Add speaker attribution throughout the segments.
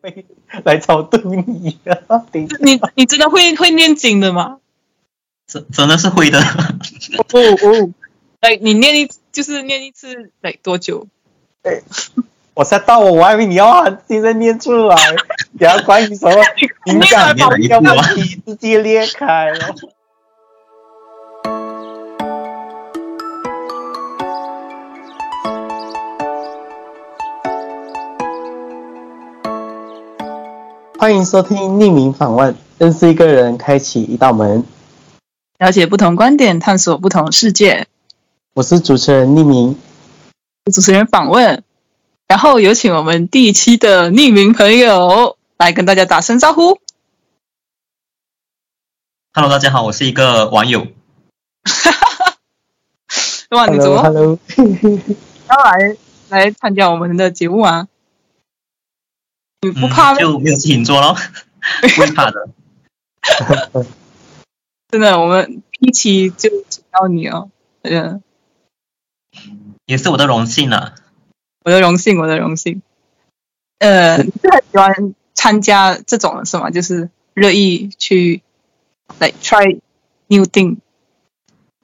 Speaker 1: 会来超度你啊！等一下
Speaker 2: 你你真的会会念经的吗？
Speaker 3: 真真的是会的，
Speaker 2: 哦哦，哎，你念一就是念一次，来多久？
Speaker 1: 我吓到我，我还以为你要啊，现在念出来， 然后关于什么
Speaker 2: 你
Speaker 1: 影响
Speaker 3: 念了一
Speaker 1: 你的
Speaker 3: 部
Speaker 1: 问
Speaker 3: 啊
Speaker 1: 题直接裂开哦了。欢迎收听匿名访问，认识一个人，开启一道门。
Speaker 2: 了解不同观点，探索不同世界。
Speaker 1: 我是主持人匿名，
Speaker 2: 主持人访问，然后有请我们第一期的匿名朋友来跟大家打声招呼。
Speaker 3: Hello，大家好，我是一个网友。
Speaker 2: 哇，你怎么
Speaker 1: Hello，Hello，
Speaker 2: 要来来参加我们的节目啊？你 不怕
Speaker 3: 嗯、
Speaker 2: 吗？
Speaker 3: 就没有事情 做咯，不会怕的。
Speaker 2: 真的，我们第一期就请到你哦。嗯，
Speaker 3: 也是我的荣幸啊。
Speaker 2: 我的荣幸，我的荣幸。呃，你是很喜欢参加这种是吗？就是热意去，like try new thing。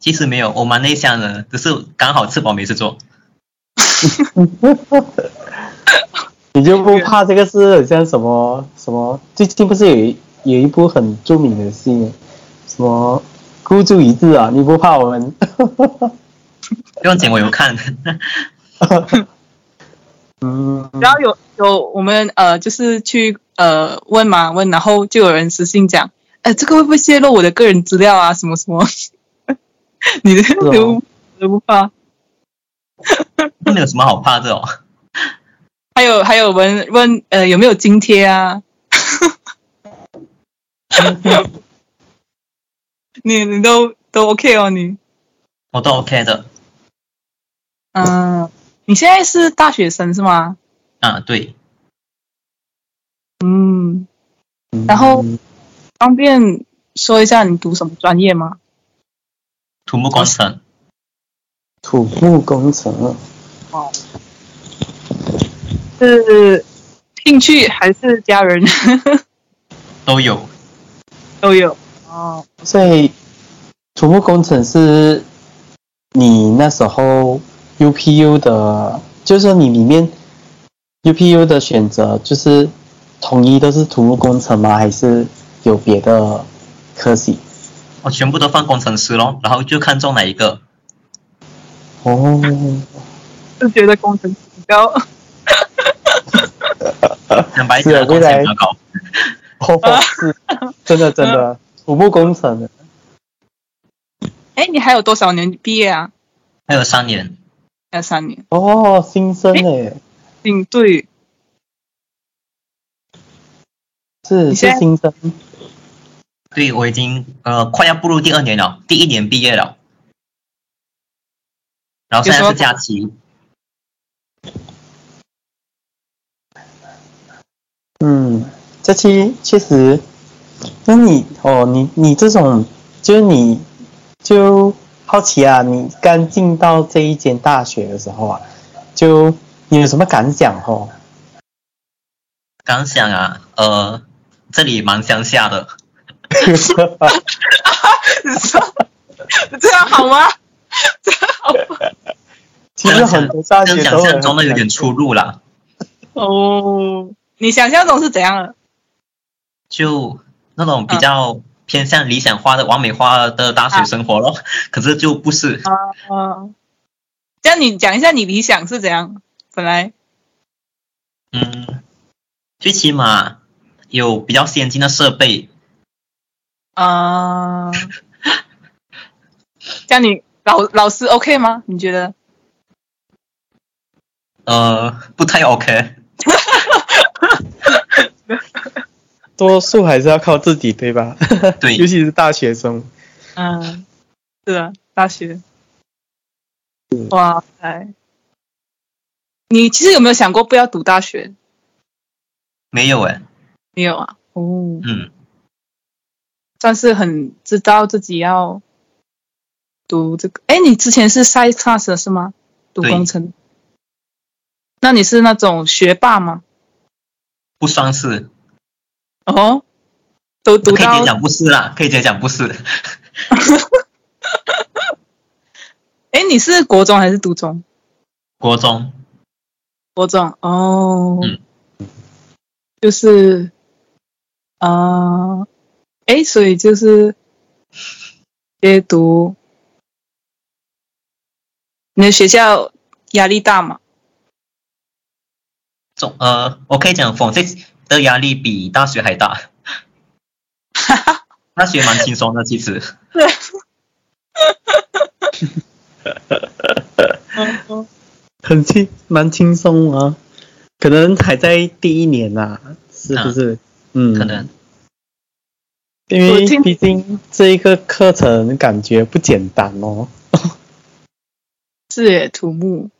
Speaker 3: 其实没有，我蛮内向的，只是刚好吃饱没事做。
Speaker 1: 你就不怕这个是很像什么什么？最近不是有一有一部很著名的戏，什么孤注一掷啊？你不怕我们？
Speaker 3: 不用紧，我有看。
Speaker 1: 嗯，
Speaker 2: 然后有有我们呃，就是去呃问嘛问，然后就有人私信讲，呃，这个会不会泄露我的个人资料啊？什么什么？ 你的
Speaker 1: 哦
Speaker 2: 都都不怕？
Speaker 3: 那没有什么好怕的哦。
Speaker 2: 还有还有问问呃有没有津贴啊？ 你你都都 OK 哦，你
Speaker 3: 我都 OK 的。
Speaker 2: 嗯、你现在是大学生是吗？
Speaker 3: 啊，对，
Speaker 2: 嗯，然后
Speaker 1: 嗯
Speaker 2: 方便说一下你读什么专业吗？
Speaker 3: 土木工程。
Speaker 1: 土木工程，啊
Speaker 2: 哦，是兴趣还是家 人
Speaker 3: 都有，
Speaker 2: 都有？哦，
Speaker 1: 所以土木工程是你那时候 UPU 的，就是说你里面 UPU 的选择就是统一都是土木工程吗？还是有别的科系？
Speaker 3: 我全部都放工程师咯，然后就看中哪一个。
Speaker 1: 哦。
Speaker 2: 是觉得工程师比较
Speaker 3: 讲白一
Speaker 1: 是啊
Speaker 3: 点，工
Speaker 1: 未
Speaker 3: 程
Speaker 1: 来
Speaker 3: 比较高。
Speaker 1: 哦，是，真的真 的，土木工程的，
Speaker 2: 哎，你还有多少年毕业啊？
Speaker 3: 还有三年，
Speaker 2: 还有三年。
Speaker 1: 哦，新生诶，
Speaker 2: 嗯，对，
Speaker 1: 是是
Speaker 2: 你现在
Speaker 1: 新生，
Speaker 3: 对我已经呃快要步入第二年了，第一年毕业了。然后现在是假期，
Speaker 1: 嗯，这期确实，那你哦，你你这种，就是你就好奇啊，你刚进到这一间大学的时候啊，就你有什么感想 哦？
Speaker 3: 刚想啊，呃，这里蛮乡下的，
Speaker 2: 你说 这样好吗？这样好吗
Speaker 1: 其实很多大
Speaker 3: 跟
Speaker 1: 学
Speaker 3: 想
Speaker 1: 都
Speaker 3: 象
Speaker 1: 很
Speaker 3: 中的有点出入啦。
Speaker 2: 哦，你想象中是怎样的？
Speaker 3: 就那种比较偏向理想化的、完美化的大学生活咯，可是就不是
Speaker 2: 啊，这样你讲一下你理想是怎样？本来
Speaker 3: 嗯，最起码有比较先进的设备，
Speaker 2: 啊，这样你老老师 OK 吗？你觉得？
Speaker 3: 呃，不太 OK。
Speaker 1: 多数还是要靠自己，对吧？
Speaker 3: 对
Speaker 1: 尤其是大学生，
Speaker 2: 嗯，是啊，大学。哇塞！你其实有没有想过不要读大学？
Speaker 3: 没有诶，
Speaker 2: 没有啊，哦，
Speaker 3: 嗯，
Speaker 2: 算是很知道自己要读这个。哎，你之前是 science class 的是吗？读
Speaker 3: 对
Speaker 2: 工程？那你是那种学霸吗？
Speaker 3: 不算是，
Speaker 2: 哦，都
Speaker 3: 可
Speaker 2: 读
Speaker 3: 以直
Speaker 2: 到
Speaker 3: 接讲不是啦，可以直接讲不是。
Speaker 2: 哎，你是国中还是读中？
Speaker 3: 国中
Speaker 2: 国中哦，
Speaker 3: 嗯
Speaker 2: 就是啊，哎、所以就是阅读，你的学校压力大吗？
Speaker 3: 中呃，我可以讲 f o r 的压力比大学还大，大学蛮轻松的其实。
Speaker 1: 很轻，蛮轻松啊，可能还在第一年呐、是不是？嗯，
Speaker 3: 啊可能
Speaker 1: 因
Speaker 2: 我
Speaker 1: 为
Speaker 2: 听
Speaker 1: 毕竟这一个课程感觉不简单哦。
Speaker 2: 是耶，土木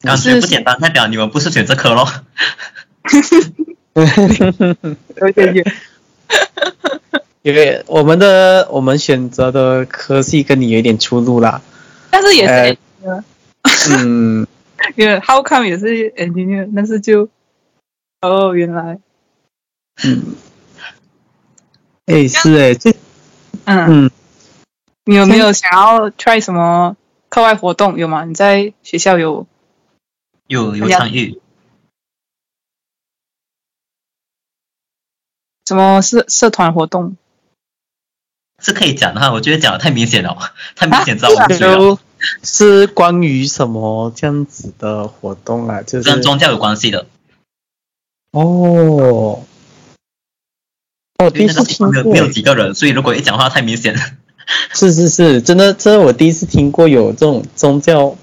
Speaker 3: 感觉
Speaker 2: 是
Speaker 3: 不简单，代表你们不是选这科咯。
Speaker 2: 有点远。
Speaker 1: 因为我们的我们选择的科系跟你有一点出入啦，
Speaker 2: 但是也是
Speaker 1: 呃
Speaker 2: engineer，
Speaker 1: 嗯，
Speaker 2: 原 how come 也是 engineer，但是就哦，原来
Speaker 1: 诶，是诶，最
Speaker 2: 嗯，
Speaker 1: 嗯，
Speaker 2: 你有没有想要 try 什么课外活动？有吗？你在学校有
Speaker 3: 有有
Speaker 2: 了解
Speaker 3: 参与，
Speaker 2: 什么社社团活动？
Speaker 3: 是可以讲的哈。我觉得讲的太明显了，太明显知道
Speaker 2: 啊
Speaker 3: 我们
Speaker 2: 对
Speaker 3: 谁了，
Speaker 1: 就是关于什么这样子的活动啊，就是
Speaker 3: 跟宗教有关系的。
Speaker 1: 哦，我第
Speaker 3: 因
Speaker 1: 一
Speaker 3: 为
Speaker 1: 次
Speaker 3: 那个地
Speaker 1: 听
Speaker 3: 方没有
Speaker 1: 过
Speaker 3: 没，有几个人，所以如果一讲话太明显，
Speaker 1: 是是是，真的，这是我第一次听过有这种宗教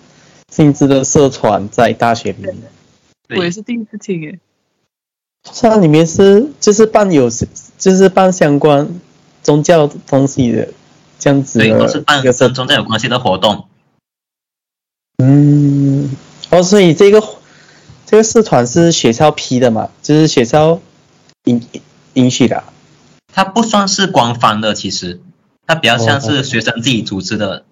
Speaker 1: 性质的社团在大学里面。
Speaker 2: 我也
Speaker 3: 对，
Speaker 2: 是第一次听耶。
Speaker 1: 它里面是就是办有就是办相关宗教东西的这样子的
Speaker 3: 对，都是办
Speaker 1: 一个社
Speaker 3: 跟宗教有关系的活动。
Speaker 1: 嗯，哦，所以这个这个社团是学校批的嘛，就是学校允允许的啊、
Speaker 3: 它不算是官方的，其实它比较像是学生自己组织的。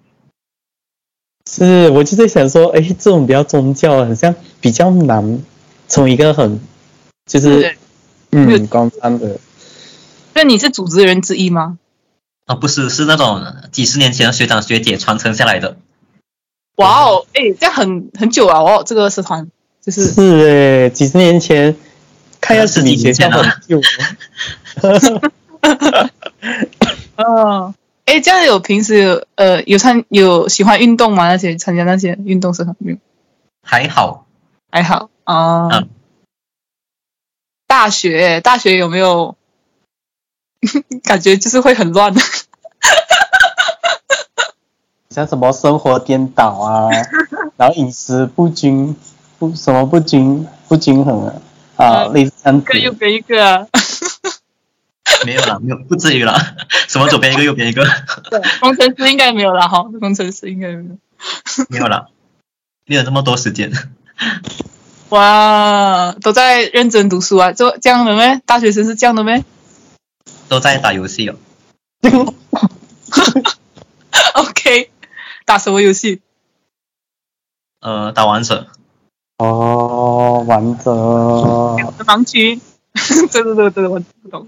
Speaker 1: 是，我就在想说，哎，这种比较宗教，好像比较难从一个很就是
Speaker 2: 对
Speaker 1: 嗯官方的
Speaker 2: 那你是组织人之一吗？
Speaker 3: 啊，不是，是那种几十年前的学长学姐传承下来的。
Speaker 2: 哇哦，哎，这样很很久了哦，这个社团就是
Speaker 1: 是哎、几十年前，看样子
Speaker 3: 十几
Speaker 1: 你学
Speaker 3: 年
Speaker 1: 校
Speaker 3: 前啊
Speaker 1: 很旧哦。
Speaker 2: 哦，哎，这样有平时有呃有参有喜欢运动吗？那些参加那些运动社团没有？
Speaker 3: 还好，
Speaker 2: 还好哦。
Speaker 3: 嗯
Speaker 2: 大学大学有没有 感觉就是会很 乱？
Speaker 1: 像什么生活颠倒啊，然后饮食不均，不什么不均不均衡啊，啊，
Speaker 2: 嗯
Speaker 1: 类似这样
Speaker 2: 一个又
Speaker 1: 子。
Speaker 2: 跟一个 啊，
Speaker 3: 没有啦，没有，不至于啦。 什么左边一个，右边一个，
Speaker 2: 工程师应该没有了哈，工程师应该没有。
Speaker 3: 没有啦，没有那么多时间。
Speaker 2: 哇，都在认真读书啊，这这样的咩？大学生是这样的咩
Speaker 3: 都在打游戏哦。
Speaker 2: ？OK，打什么游戏？
Speaker 3: 呃，打王者，
Speaker 1: 哦，玩的，
Speaker 2: 盲区？ 真的真的真的我不懂。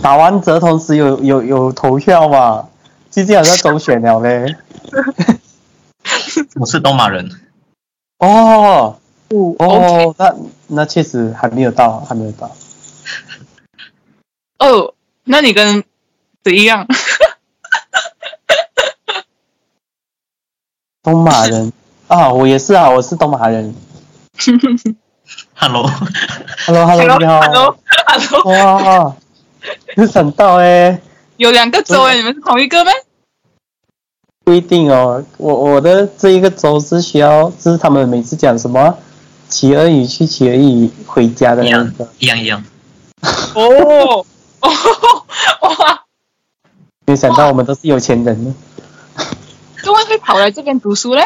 Speaker 1: 打完折同时有有有投票嘛？最近好像周选了嘞。
Speaker 3: 我是东马人，
Speaker 1: 哦
Speaker 2: 哦，OK，
Speaker 1: 哦，那那确实还没有到，还没有到。
Speaker 2: 哦，那你跟谁一样？
Speaker 1: 东马人啊，我也是啊，我是东马人。
Speaker 3: Hello，
Speaker 1: Hello Hello，你哦好。哦
Speaker 2: Hello，Hello，
Speaker 1: 哇，没想到哎、
Speaker 2: 有两个州哎，你们是同一个咩？
Speaker 1: 不一定哦。我我的这一个州是需要，就是他们每次讲什么企鹅语去企鹅语回家的
Speaker 3: 一
Speaker 1: 那
Speaker 3: 样
Speaker 1: 个，
Speaker 3: 一样一样。
Speaker 2: 哦，哦， 哇，
Speaker 1: 没想到我们都是有钱人呢。
Speaker 2: 怎么会跑来这边读书嘞？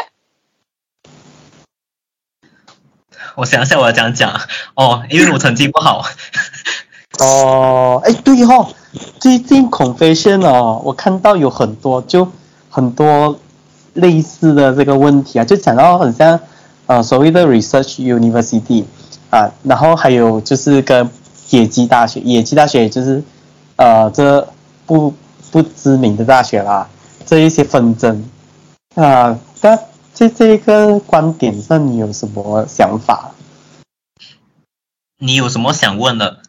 Speaker 3: 我想一下，我要讲讲哦，因为我成绩不好，
Speaker 1: 哦，哎，对哦，最近 confession 哦，我看到有很多就很多类似的这个问题啊，就讲到很像呃所谓的 research university 啊、啊，然后还有就是跟野鸡大学，野鸡大学也就是呃这不不知名的大学啦，这一些纷争啊，但这这个观点上你有什么想法？
Speaker 3: 你有什么想问的？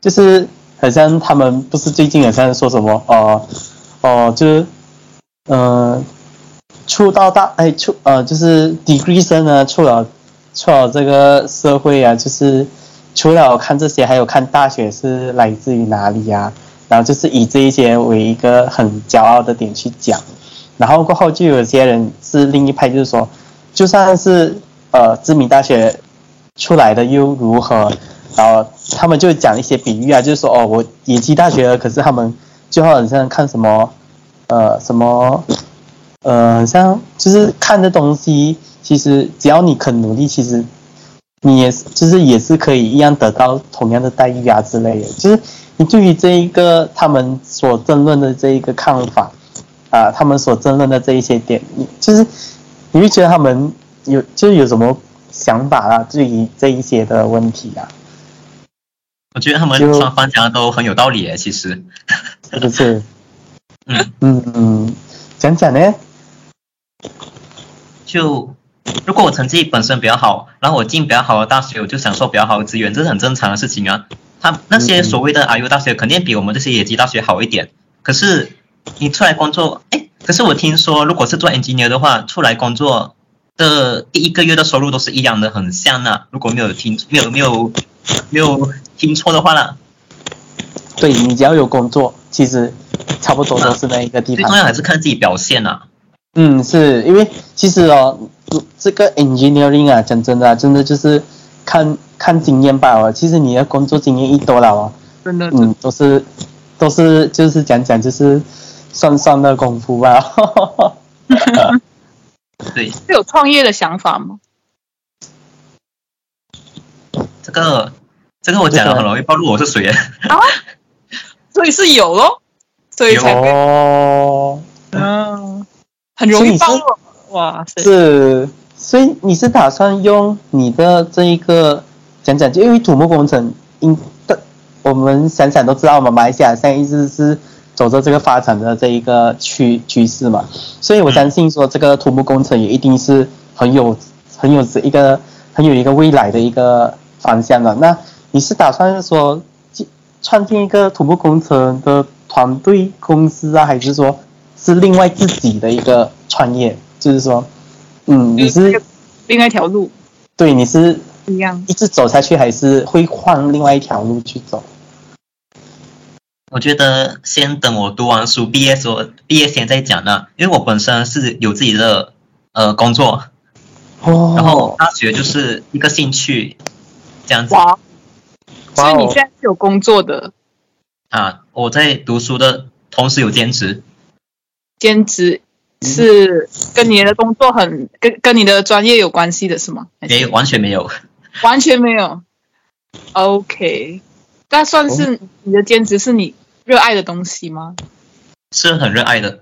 Speaker 1: 就是好像他们不是最近好像说什么哦哦、呃呃，就是呃出到大哎出呃就是 degree 生呢，出了出了这个社会啊，就是除了看这些，还有看大学是来自于哪里啊，然后就是以这一些为一个很骄傲的点去讲，然后过后就有些人是另一派，就是说就算是呃知名大学出来的又如何？然后他们就讲一些比喻啊，就是说哦，我野鸡大学，可是他们就好像看什么，呃，什么，呃，像就是看的东西，其实只要你肯努力，其实你也是就是也是可以一样得到同样的待遇啊之类的。就是你对于这一个他们所争论的这一个看法啊、他们所争论的这一些点，你就是你会觉得他们有就是有什么想法啊，对于这一些的问题啊。
Speaker 3: 我觉得他们
Speaker 1: 就
Speaker 3: 双方讲的都很有道理耶，其实。
Speaker 1: 是不是？
Speaker 3: 嗯
Speaker 1: 嗯嗯，讲讲呢？
Speaker 3: 就如果我成绩本身比较好，然后我进比较好的大学，我就享受比较好的资源，这是很正常的事情啊。他那些所谓的 IU 大学肯定比我们这些野鸡大学好一点，可是你出来工作，哎，可是我听说，如果是做 engineer 的话，出来工作的第一个月的收入都是一样的，很像呢、如果没有听没有没有没有听错的话啦，
Speaker 1: 对你只要有工作，其实差不多都是那一个地
Speaker 3: 最
Speaker 1: 方
Speaker 3: 重。要还是看自己表现啊。
Speaker 1: 嗯，是因为其实哦，这个 engineering 啊，讲真的、啊，真的就是看看经验罢了。其实你的工作经验一多了哦，
Speaker 2: 真的，
Speaker 1: 嗯，都是都是就是讲讲就是算算的功夫吧。
Speaker 3: 对，
Speaker 2: 是有创业的想法吗？
Speaker 3: 这个这个我讲了很容易暴露我是谁耶。
Speaker 2: 啊，所以是有咯，所以才会
Speaker 1: 哦，
Speaker 2: 嗯，很容易暴露。哇塞，
Speaker 1: 是，所以你是打算用你的这一个讲讲，就因为土木工程，应的我们想想都知道嘛，马来西亚现在一直是走着这个发展的这一个趋趋势嘛，所以我相信说这个土木工程也一定是很有很有一个很有一个未来的一个方向的。那你是打算说进创建一个土木工程的团队公司啊，还是说是另外自己的一个创业？就是说，嗯，你是
Speaker 2: 另外一条路
Speaker 1: 对你是
Speaker 2: 一样，
Speaker 1: 一直走下去，还是会换另外一条路去走？
Speaker 3: 我觉得先等我读完书毕业时候，毕业前再讲呢，因为我本身是有自己的呃工作，
Speaker 1: 哦，
Speaker 3: 然后大学就是一个兴趣这样子
Speaker 2: 哇！所
Speaker 1: 哇哦
Speaker 2: 以你现在是有工作的
Speaker 3: 啊。我在读书的同时有兼职，
Speaker 2: 兼
Speaker 1: 嗯
Speaker 2: 职，是跟你的工作很跟跟你的专业有关系的是吗？还是
Speaker 3: 没有完全没有，
Speaker 2: 完全没有。OK，但算
Speaker 1: 哦
Speaker 2: 是你的兼职是你热爱的东西吗？
Speaker 3: 是很热爱的。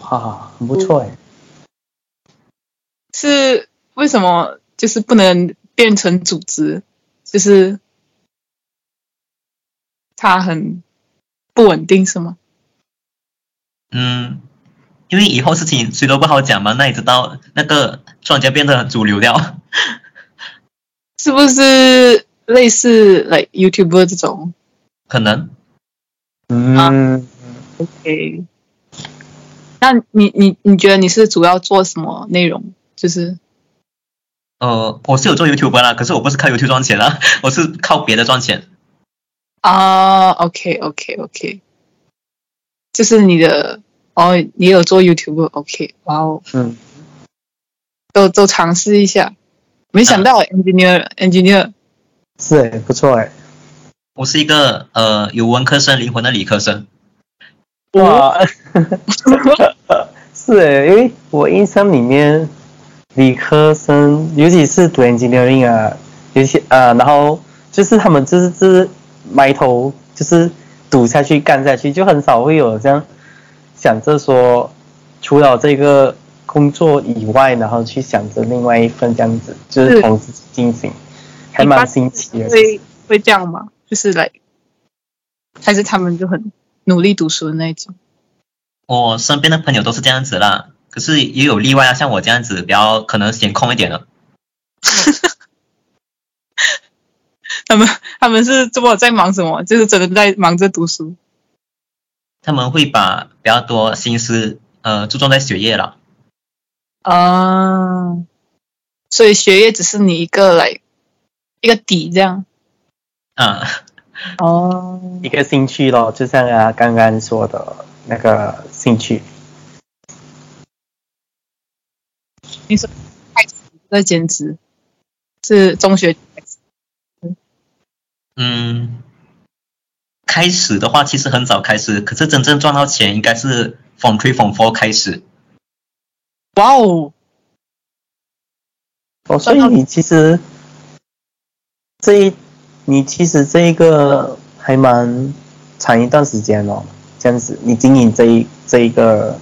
Speaker 1: 啊，很不错哎。
Speaker 2: 是为什么就是不能变成组织？就是它很不稳定是吗？
Speaker 3: 嗯，因为以后事情谁都不好讲嘛，那你知道那个突然间变得很主流了，
Speaker 2: 是不是类似 like YouTuber 这种
Speaker 3: 可能
Speaker 1: 嗯，
Speaker 2: ？OK，那你你你觉得你是主要做什么内容？就是
Speaker 3: 呃，我是有做 YouTube 啦，可是我不是靠 YouTube 赚钱啦， 我是靠别的赚钱。
Speaker 2: 啊，OK，OK，OK、o k OK OK，就是你的哦，你有做 YouTube，OK，、哇哦，
Speaker 1: 嗯，
Speaker 2: 都都尝试一下，没想到 engineer、engineer
Speaker 1: 是哎，不错哎。
Speaker 3: 我是一个呃有文科生灵魂的理科生。
Speaker 1: 哇，是诶，因为我印象里面，理科生，尤其是读 engineering 啊，尤其啊，然后就是他们就是就是埋头就是读下去干下去，就很少会有这样想着说，除了这个工作以外，然后去想着另外一份这样子，就是
Speaker 2: 是
Speaker 1: 同时进行， 还蛮新奇的。
Speaker 2: 会会这样吗？就是来，还是他们就很努力读书的那一种？
Speaker 3: 我哦身边的朋友都是这样子啦，可是也有例外啊，像我这样子比较可能显控一点的。
Speaker 2: 他们他们是这么在忙什么？就是真的在忙着读书。
Speaker 3: 他们会把比较多心思呃注重在学业了。
Speaker 2: 啊，所以学业只是你一个来一个底这样。
Speaker 3: 啊，
Speaker 2: 哦，
Speaker 1: 一个兴趣咯，就像啊刚刚说的那个兴趣，
Speaker 2: 你说开始在兼职是中学开始
Speaker 3: 嗯，开始的话其实很早开始，可是真正赚到钱应该是 from three from four 开始。
Speaker 2: 哇哦，
Speaker 1: 哦，所以你其实这一你其实这一个还蛮长一段时间哦，这样子你经营这一这一个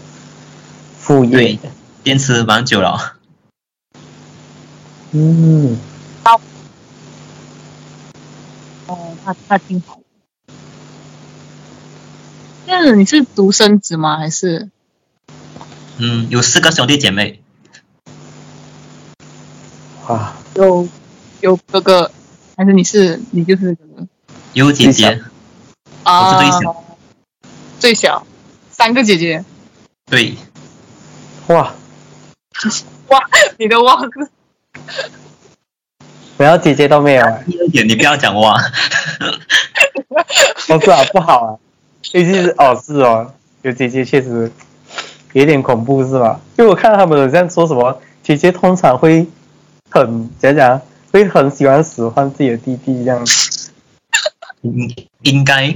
Speaker 1: 副业
Speaker 3: 对，坚持蛮久了，
Speaker 1: 嗯，
Speaker 2: 哦，那那挺好。那你是独生子吗？还是
Speaker 3: 嗯，有四个兄弟姐妹，
Speaker 1: 哇，
Speaker 2: 有有哥哥？还是你是你就是哥哥
Speaker 3: 也有姐姐，
Speaker 2: 啊？
Speaker 3: 我是最小，
Speaker 2: 最小，三个姐姐，
Speaker 3: 对，
Speaker 1: 哇，
Speaker 2: 你都忘了。
Speaker 1: 我要姐姐都没有啊，
Speaker 3: 第二点你不要讲哇，
Speaker 1: 哦是啊，不好啊，尤其是哦是哦，有姐姐确实有点恐怖是吧？因为我看他们有这样说什么，姐姐通常会很讲讲啊，会很喜欢使唤自己的弟弟这样。
Speaker 3: 应应该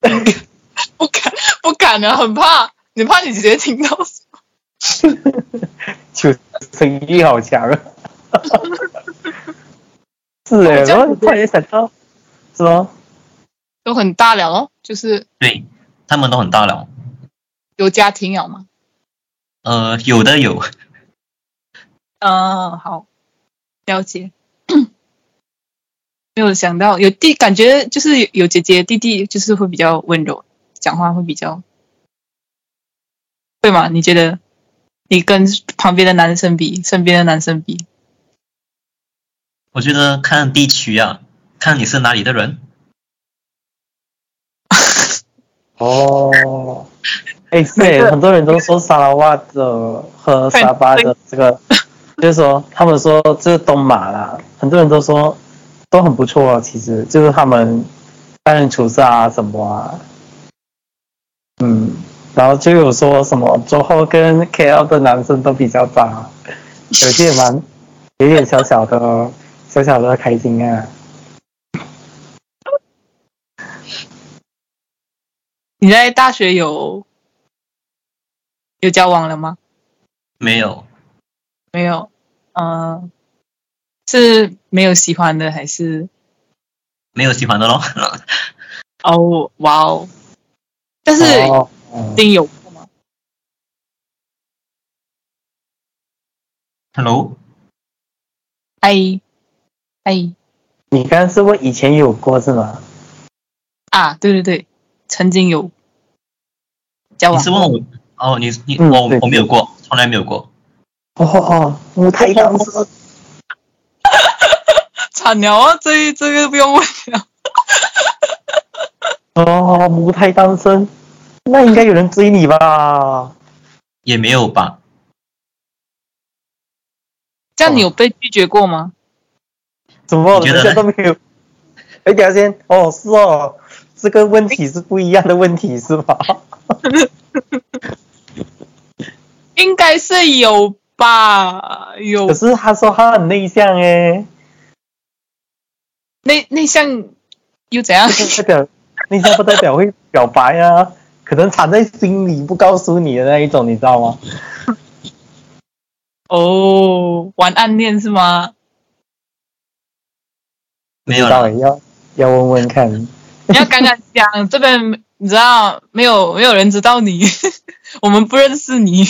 Speaker 2: 不敢，不敢啊，很怕，你怕你直接听到。
Speaker 1: 求生欲好强啊！是哎、
Speaker 2: 这样
Speaker 1: 然后突然间想到，是吗？
Speaker 2: 都很大了哦，就是
Speaker 3: 对，他们都很大了，
Speaker 2: 有家庭了嘛。
Speaker 3: 呃，有的有，
Speaker 2: 嗯，好，了解。 没有想到有弟，感觉就是有有姐姐弟弟，就是会比较温柔，讲话会比较，对吗？你觉得你跟旁边的男生比，身边的男生比，
Speaker 3: 我觉得看地区啊，看你是哪里的人，
Speaker 1: 哦，哎、是哎、
Speaker 2: 每个
Speaker 1: 很多人都说沙拉瓦的和沙巴的这 个，就是说他们说这是东马啦，很多人都说都很不错啊，其实就是他们待人处事啊什么啊，嗯，然后就有说什么周后跟 KL 的男生都比较渣，有些蛮有点小小 的小小的开心啊，
Speaker 2: 你在大学有有交往了吗？
Speaker 3: 没有，
Speaker 2: 没有，嗯、是没有喜欢的还是？
Speaker 3: 没有喜欢的咯。
Speaker 2: 哦，哇哦！但是一
Speaker 1: 哦嗯
Speaker 2: 定有过吗？
Speaker 3: Hello，
Speaker 2: 哎哎
Speaker 1: 你刚刚是问以前有过是吗？
Speaker 2: 啊，对对对，曾经有交
Speaker 3: 你
Speaker 2: 往
Speaker 3: 是问我？哦，你你
Speaker 1: 嗯
Speaker 3: 我
Speaker 1: 对
Speaker 3: 我没有过，从来没有过。
Speaker 1: 哦哦，我太刚是
Speaker 2: 惨了啊！这这个不用问了。
Speaker 1: 哦，母胎单身，那应该有人追你吧？
Speaker 3: 也没有吧？
Speaker 2: 这样你有被拒绝过吗？
Speaker 1: 怎么
Speaker 3: 你觉
Speaker 1: 人
Speaker 3: 得呢
Speaker 1: 家都没有？哎，等一下先，哦，是哦，这个问题是不一样的问题是吧？
Speaker 2: 应该是有吧，有
Speaker 3: 哦
Speaker 1: 可是他说他很内向哎，
Speaker 2: 内内向又怎样？
Speaker 1: 不代表内向不代表会表白啊，可能藏在心里不告诉你的那一种，你知道吗？
Speaker 2: 哦，玩暗恋是吗？
Speaker 3: 没
Speaker 1: 不
Speaker 3: 有
Speaker 1: 知道
Speaker 3: 啦，
Speaker 1: 诶要要问问看。
Speaker 2: 你要敢敢讲，这边 你知道没有没有人知道你，我们不认识你。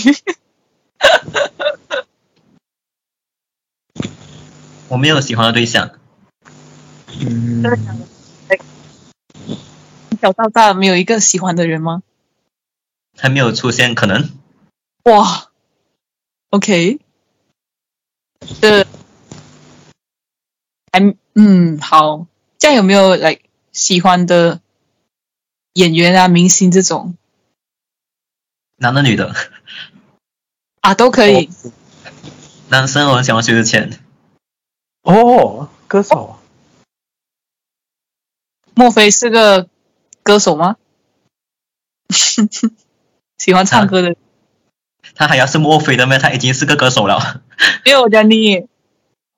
Speaker 3: 我没有喜欢的对象，
Speaker 1: 嗯，
Speaker 2: 从小到大没有一个喜欢的人吗？
Speaker 3: 还没有出现可能。
Speaker 2: 哇，OK，这还嗯好，这样有没有来喜欢的演员啊、明星这种
Speaker 3: 男的女的，
Speaker 2: 啊都可以？
Speaker 3: 男生我很喜欢薛之谦，
Speaker 1: 哦，歌手，
Speaker 2: 莫非是个歌手吗？ 喜欢唱歌的，
Speaker 3: 他还要是墨菲的咩？他已经是个歌手了。
Speaker 2: 没有讲你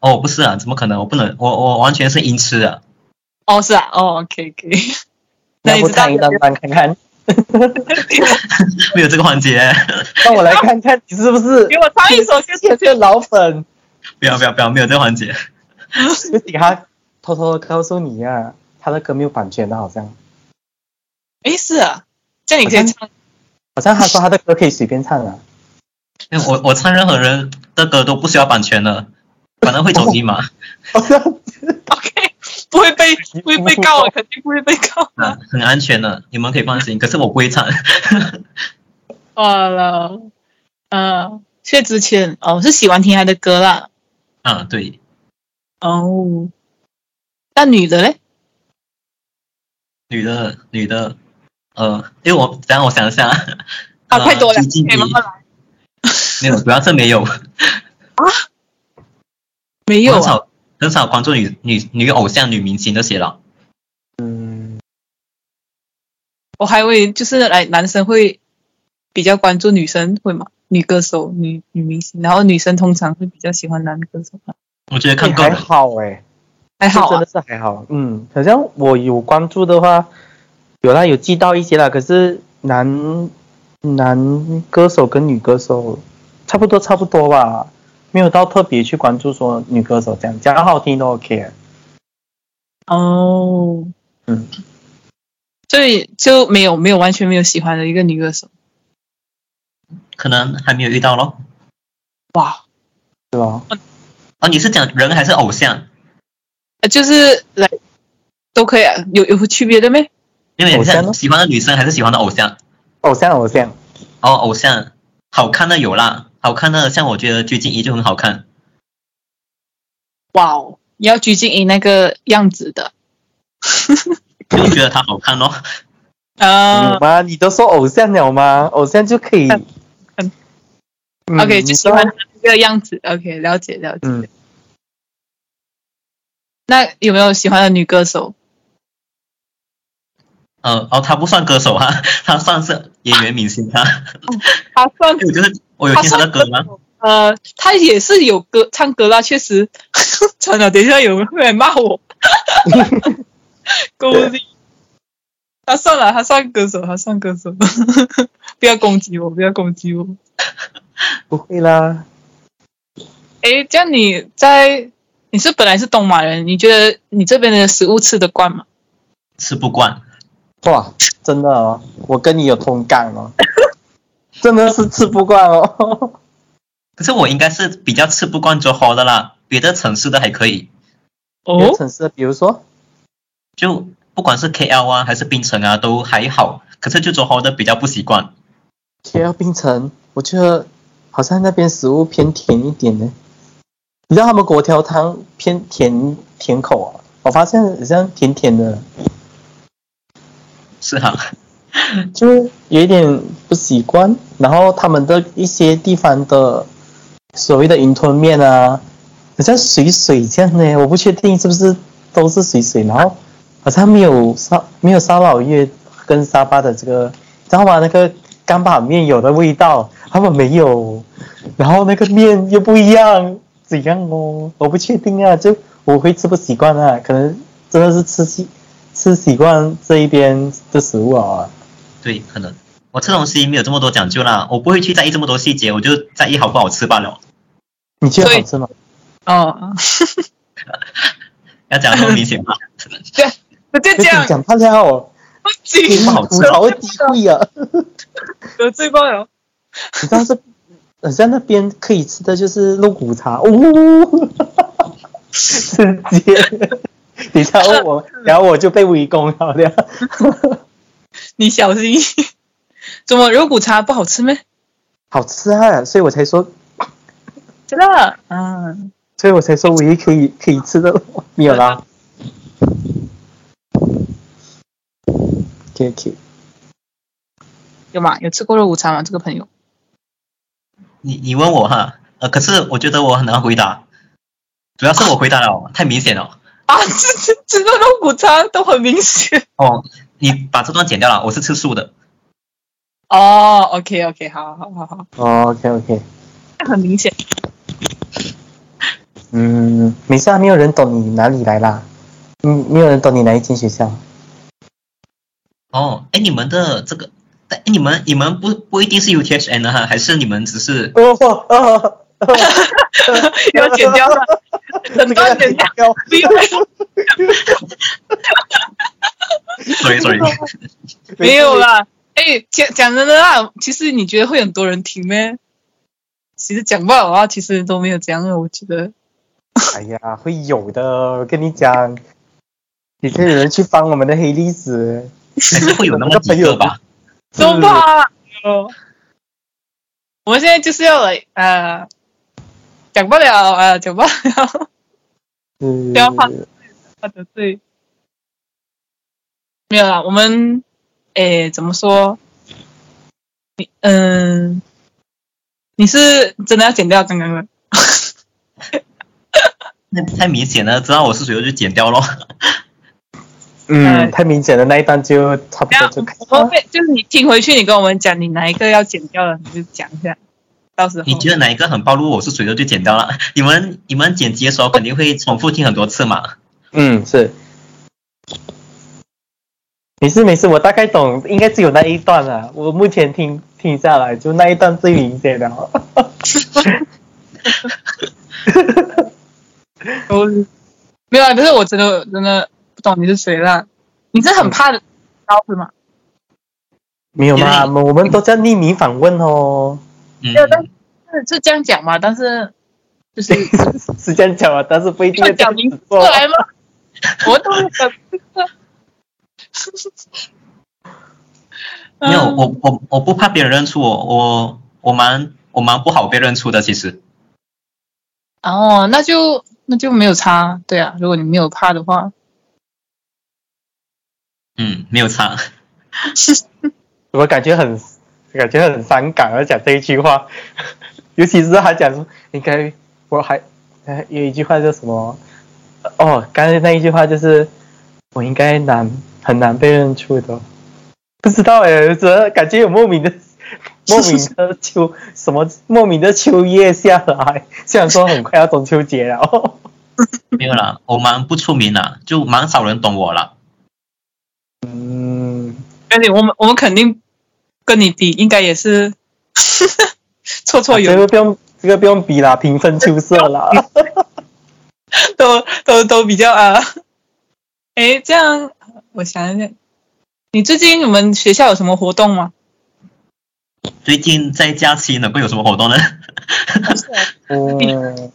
Speaker 3: 哦，不是啊，怎么可能？我不能，我我完全是音痴啊。
Speaker 2: 哦是啊哦 OK OK，那
Speaker 1: 要
Speaker 2: 你
Speaker 1: 不
Speaker 2: 知道
Speaker 1: 唱一段段看看？
Speaker 3: 没有这个环节。
Speaker 1: 让我来看看你是不是
Speaker 2: 给我唱一首 就是
Speaker 1: 这个老粉？
Speaker 3: 不要不要不要，没有这个环节。
Speaker 1: 不行，他偷偷的告诉你啊，他的歌没有版权的，好像
Speaker 2: 诶，是啊，这样你可以唱
Speaker 1: 好像他说他的歌可以随便唱啊。
Speaker 3: 因为我我唱任何人的歌都不需要版权的，反正会走音嘛。
Speaker 1: 好像
Speaker 2: OK，不会被不会被告啊，肯定不会被告。
Speaker 3: 啊，很安全的，你们可以放心。可是我不会唱，
Speaker 2: 罢哦了，呃，薛之谦哦，是喜欢听他的歌啦。
Speaker 3: 啊，对，
Speaker 2: 哦，那女的嘞？
Speaker 3: 女的女的，呃，因为我等一下我想一下，
Speaker 2: 啊，
Speaker 3: 呃
Speaker 2: 太多了，
Speaker 3: 李静
Speaker 2: 可以
Speaker 3: 怡
Speaker 2: 慢慢来。
Speaker 3: 没有，主要是没有，
Speaker 2: 没有
Speaker 3: 很
Speaker 2: 啊，
Speaker 3: 少很少关注女女女偶像、女明星这些了。
Speaker 1: 嗯，
Speaker 2: 我还以为就是来男生会比较关注女生会嘛，女歌手、女女明星，然后女生通常会比较喜欢男歌手。
Speaker 3: 我觉得看
Speaker 1: 也
Speaker 3: 够
Speaker 1: 还
Speaker 3: 了，
Speaker 1: 好哎、
Speaker 2: 还好
Speaker 1: 真
Speaker 2: 啊
Speaker 1: 的，是还好。嗯，好像我有关注的话，有啦，有记到一些啦。可是男男歌手跟女歌手差不多，差不多吧，没有到特别去关注说女歌手这样，讲好听都 OK。
Speaker 2: 哦，
Speaker 1: 嗯，
Speaker 2: 所以就没有没有完全没有喜欢的一个女歌手。
Speaker 3: 可能还没有遇到咯。
Speaker 2: 哇，
Speaker 1: 是咯。
Speaker 3: 啊，你是讲人还是偶像？
Speaker 2: 呃就是来都可以啊，有有区别的咩？
Speaker 3: 因为你
Speaker 1: 偶像
Speaker 3: 是
Speaker 1: 咯
Speaker 3: 喜欢的女生还是喜欢的偶像？
Speaker 1: 偶像，偶像，
Speaker 3: 哦，偶像好看的有啦，好看的像我觉得鞠婧祎就很好看。
Speaker 2: 哇哦，你要鞠婧祎那个样子的
Speaker 3: 就觉得她好看咯。
Speaker 1: 有
Speaker 2: 啊、
Speaker 1: 吗？你都说偶像了吗？偶像就可以。
Speaker 2: 嗯
Speaker 1: 嗯
Speaker 2: o k 就喜欢。那个样子，OK，了解了解。
Speaker 1: 嗯，
Speaker 2: 那有没有喜欢的女歌手？
Speaker 3: 呃，哦，她不算歌手啊，她算是演员明星啊。
Speaker 2: 她算
Speaker 3: 因为我就是我有听她的歌吗？
Speaker 2: 呃，她也是有歌唱歌啦，确实。 算了，等一下有人会来 骂我。勾力，她算了，她算歌手，她算歌手， 不要攻击我，不要攻击我。
Speaker 1: 不会啦。
Speaker 2: 诶，这样你在你是本来是东马人，你觉得你这边的食物吃得惯吗？
Speaker 3: 吃不惯，
Speaker 1: 哇，真的哦，我跟你有同感 哦，真的是吃不惯哦。
Speaker 3: 可是我应该是比较吃不惯周豪的啦，别的城市的还可以，
Speaker 1: 有
Speaker 2: 哦，
Speaker 1: 城市，比如说，
Speaker 3: 就不管是 KL 啊还是槟城啊都还好，可是就周豪的比较不习惯。
Speaker 1: K L 槟城，我觉得好像那边食物偏甜一点呢。你知道他们国条汤偏甜甜口啊？我发现好像甜甜的，
Speaker 3: 是啊哈、
Speaker 1: 就是有一点不习惯。然后他们的一些地方的呃所谓的云吞面啊，好像水水这样呢，我不确定是不是都是水水。然后好像没有沙没有沙老越跟沙巴的这个，知道吗？那个干板面有的味道，他们没有。然后那个面又不一样，怎样哦？我不确定啊，就我会吃不习惯啊，可能真的是吃习吃习惯这一边的食物啊。
Speaker 3: 对，可能我吃东西没有这么多讲究啦，我不会去在意这么多细节，我就在意好不好吃罢了。
Speaker 1: 你觉得
Speaker 2: 对
Speaker 1: 好吃吗？
Speaker 2: 哦，
Speaker 3: 要讲得那么明显吗？啊
Speaker 2: 我 就
Speaker 1: 你
Speaker 2: 这样
Speaker 1: 讲他料哦，
Speaker 2: 不行，
Speaker 1: 你
Speaker 3: 不好
Speaker 1: 吐槽的机会啊。
Speaker 2: 得罪爆了。
Speaker 1: 你知道是，好像那边可以吃的就是肉骨茶，呜、 直 接，你知道我，然后我就被围攻了 的。
Speaker 2: 你小心。 怎么肉骨茶不好吃咩？
Speaker 1: 好吃啊，所以我才说，
Speaker 2: 真的？嗯，
Speaker 1: 所以我才说唯一可以可以吃的没有啦。OK
Speaker 2: 啊
Speaker 1: OK，
Speaker 2: 有吗？有吃过肉骨茶吗？这个朋友？
Speaker 3: 你你问我哈，呃，可是我觉得我很难回答，主要是我回答了太明显了。
Speaker 2: 啊， 这这这个肉骨茶都很明显。
Speaker 3: 哦，你把这段剪掉了，我是吃素的。
Speaker 2: 哦，OK OK，好好好好，
Speaker 1: 哦 OK OK，
Speaker 2: 很明显。
Speaker 1: 嗯，没事啊，没有人懂你哪里来啦，嗯，没有人懂你哪一间学校。
Speaker 3: 哦，哎，你们的这个，哎，你们你们不不一定是 UTHN 的哈，还是你们只 是
Speaker 1: 哦哦哦，
Speaker 2: 要剪掉 了，整
Speaker 1: 这个
Speaker 2: 段
Speaker 1: 要
Speaker 2: 剪
Speaker 1: 剪
Speaker 2: 掉。
Speaker 1: 掉。
Speaker 2: 不要
Speaker 3: ，sorry sorry，
Speaker 2: 没有啦。 哎，讲讲真的啦，其实你觉得会很多人听咩？其实讲不好啊，其实都没有这样的，我觉得。
Speaker 1: 哎呀，会有的，我跟你讲，你这有人去翻我们的黑历史，
Speaker 3: 还是会有那么几个吧。
Speaker 2: 都怕哦。我们现在就是要来呃，讲不了呃，讲不了，
Speaker 1: 是
Speaker 2: 不要怕或者对，没有啦，我们诶怎么说？你嗯、你是真的要剪掉刚刚的？
Speaker 3: 那太明显了，知道我是谁我就剪掉 咯。
Speaker 1: 嗯，太明显的那一段就差不
Speaker 2: 不要
Speaker 1: 多就开，
Speaker 2: 我们会就是你听回去，你跟我们讲你哪一个要剪掉了，你就讲一下，到时候
Speaker 3: 你觉得哪一个很暴露我是谁的就剪掉了？你们你们剪辑的时候肯定会重复听很多次嘛。
Speaker 1: 嗯，是。没事没事，我大概懂，应该只有那一段了。我目前听听下来，就那一段最明显 的。
Speaker 2: 都是没有啊。可是我真的真的不懂你是谁啦，你是很怕的刀子吗？
Speaker 1: 没有嘛，
Speaker 3: 因
Speaker 1: 我们都叫匿名访问哦，
Speaker 3: 嗯
Speaker 2: 没，有，但是是这样讲嘛，但是就是
Speaker 1: 是这样讲啊，但是不一定
Speaker 2: 要讲名字
Speaker 1: 字
Speaker 2: 出来吗？我都没讲名字。嗯
Speaker 3: 没有，我我我不怕别人认出我，我我蛮我蛮不好被认出的，其实。
Speaker 2: 嗯哦，那就那就没有差，对啊，如果你没有怕的 话，
Speaker 3: 嗯，没有差。
Speaker 1: 我感觉很感觉很伤感，要讲这一句话， 尤其是他讲说应该我还呃有一句话叫什么？哦，刚才那一句话就是我应该难很难被认出的，不知道哎，这感觉有莫 名的莫名的秋什么莫名的秋叶下来，虽然说很快要中秋节了，
Speaker 3: 没有啦，我蛮不出名啦，就蛮少人懂我啦。
Speaker 1: 嗯，
Speaker 2: 而且我们我们肯定跟你比，应该也是 绰绰有
Speaker 1: 啊这个不用这个不用比啦，平分秋色啦。
Speaker 2: 都都都比较啊。哎，这样我想一想，你最近你们学校有什么活动吗？
Speaker 3: 最近在假期能够有什么活动呢？
Speaker 1: 嗯，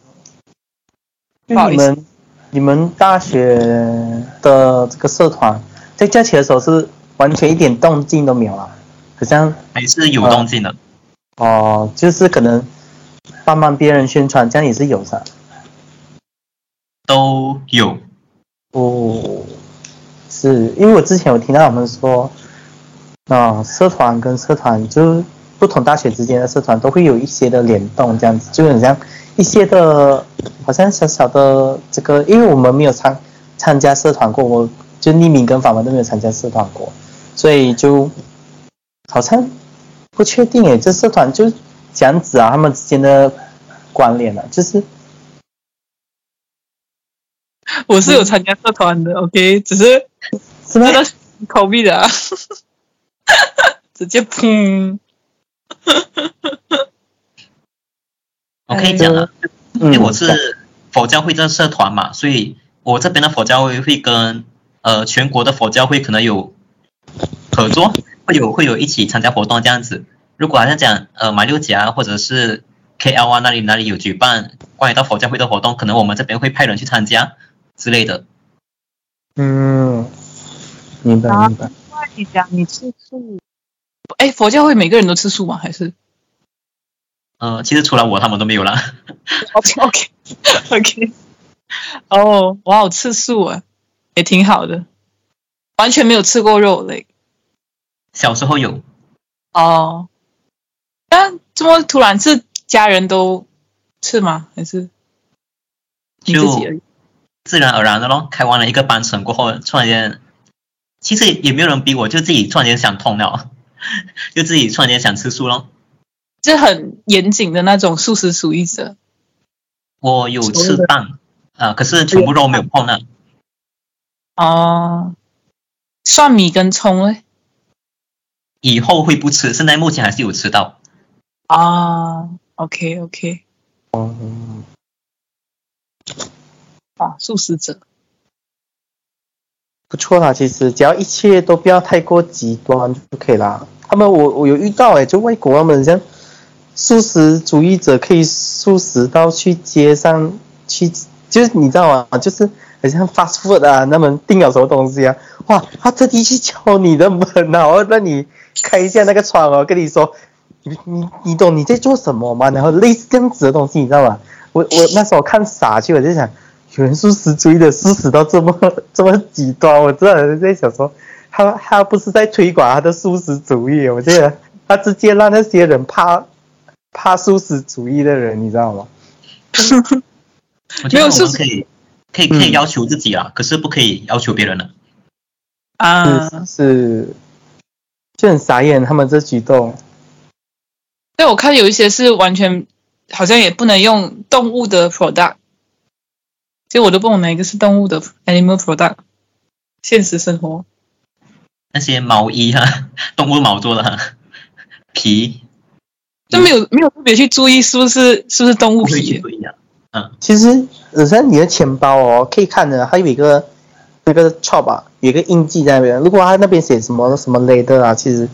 Speaker 2: 不好
Speaker 1: 你
Speaker 2: 意思
Speaker 1: 们你们大学的这个社团，在假期的时候是完全一点动静都没有啊，好像
Speaker 3: 还是有动静的？
Speaker 1: 哦、就是可能帮忙别人宣传，这样也是有噻。
Speaker 3: 都有。
Speaker 1: 哦，是因为我之前有听到他们说，啊、社团跟社团就是不同大学之间的社团都会有一些的联动，这样子就很像一些的，好像小小的这个，因为我们没有参参加社团过，我就匿名跟法文都没有参加社团过，所以就好像不确定诶，这社团就这样子啊，他们之间的关联了、就是
Speaker 2: 我是有参加社团的、o k 只是
Speaker 1: 是吗
Speaker 2: 真？的是口壁的、啊， 直接砰，
Speaker 3: 我可以讲啊，因
Speaker 1: 嗯
Speaker 3: 为我是佛教会这社团嘛，所以我这边的佛教会会跟呃全国的佛教会可能有合作，会有会有一起参加活动这样子。如果好像讲呃马六甲或者是 KL 啊那里哪里有举办关于到佛教会的活动，可能我们这边会派人去参加之类的。
Speaker 1: 嗯，明白
Speaker 2: 啊
Speaker 1: 明白。
Speaker 2: 那你讲你吃素？哎，佛教会每个人都吃素吗？还 是
Speaker 3: 呃，其实除了我，他们都没有啦。
Speaker 2: OK OK OK。哦，哇，吃素啊，也挺好的，完全没有吃过肉类
Speaker 3: 小时候有，
Speaker 2: 哦。但这么突然是家人都吃吗？还是你自己而已？
Speaker 3: 自然而然的咯。开完了一个班程过后，突然间，其实也没有人逼我，就自己突然间想通了， 就自己突然间想吃素咯。
Speaker 2: 是很严谨的那种素食主义者。
Speaker 3: 我有
Speaker 2: 所谓
Speaker 3: 吃
Speaker 2: 的
Speaker 3: 蛋啊、可是全部肉没有碰啊。
Speaker 2: 哦，蒜米跟葱嘞？
Speaker 3: 以后会不吃，现在目前还是有吃到。
Speaker 2: 啊，OK OK，
Speaker 1: 哦，
Speaker 2: 啊，素食者，
Speaker 1: 不错啦，其实只要一切都不要太过极端就可以啦。他们我我有遇到哎、就外国他们像素食主义者可以素食到去街上去，就是你知道吗？就是很像 fast food 啊，他们订了什么东西啊，哇，他特地去敲你的门啊，然后让你开一下那个窗哦，跟你说，你你你懂你在做什么吗？然后类似这样子的东西，你知道吗？我我那时候看傻去，我就想。元素食主义的事实到这么 这么极端，我真的在想说，他他不是在推广他的素食主义，我觉得他直接让那些人怕怕素食主义的人，你知道吗？
Speaker 3: 我觉
Speaker 2: 没有
Speaker 3: 得我
Speaker 2: 是
Speaker 3: 们可以可以可
Speaker 1: 嗯
Speaker 3: 以要求自己啊，可是不可以要求别人了。
Speaker 2: 啊，
Speaker 1: 是是，就很傻眼他们这举动。
Speaker 2: 对我看有一些是完全好像也不能用动物的 product，其实我都不懂哪一个是动物的 animal product，现实生活
Speaker 3: 那些毛衣哈、 动物毛做的、哈，皮
Speaker 2: 就没有没有特别去注意是不是是不是动物
Speaker 3: 不会去
Speaker 2: 皮，
Speaker 3: 不一样。
Speaker 1: 其实，呃，像你的钱包哦，可以看的，它有一个那个 chop 啊，有一个印记在那边。如果它那边写什么什么 l a d e r 啊，其实，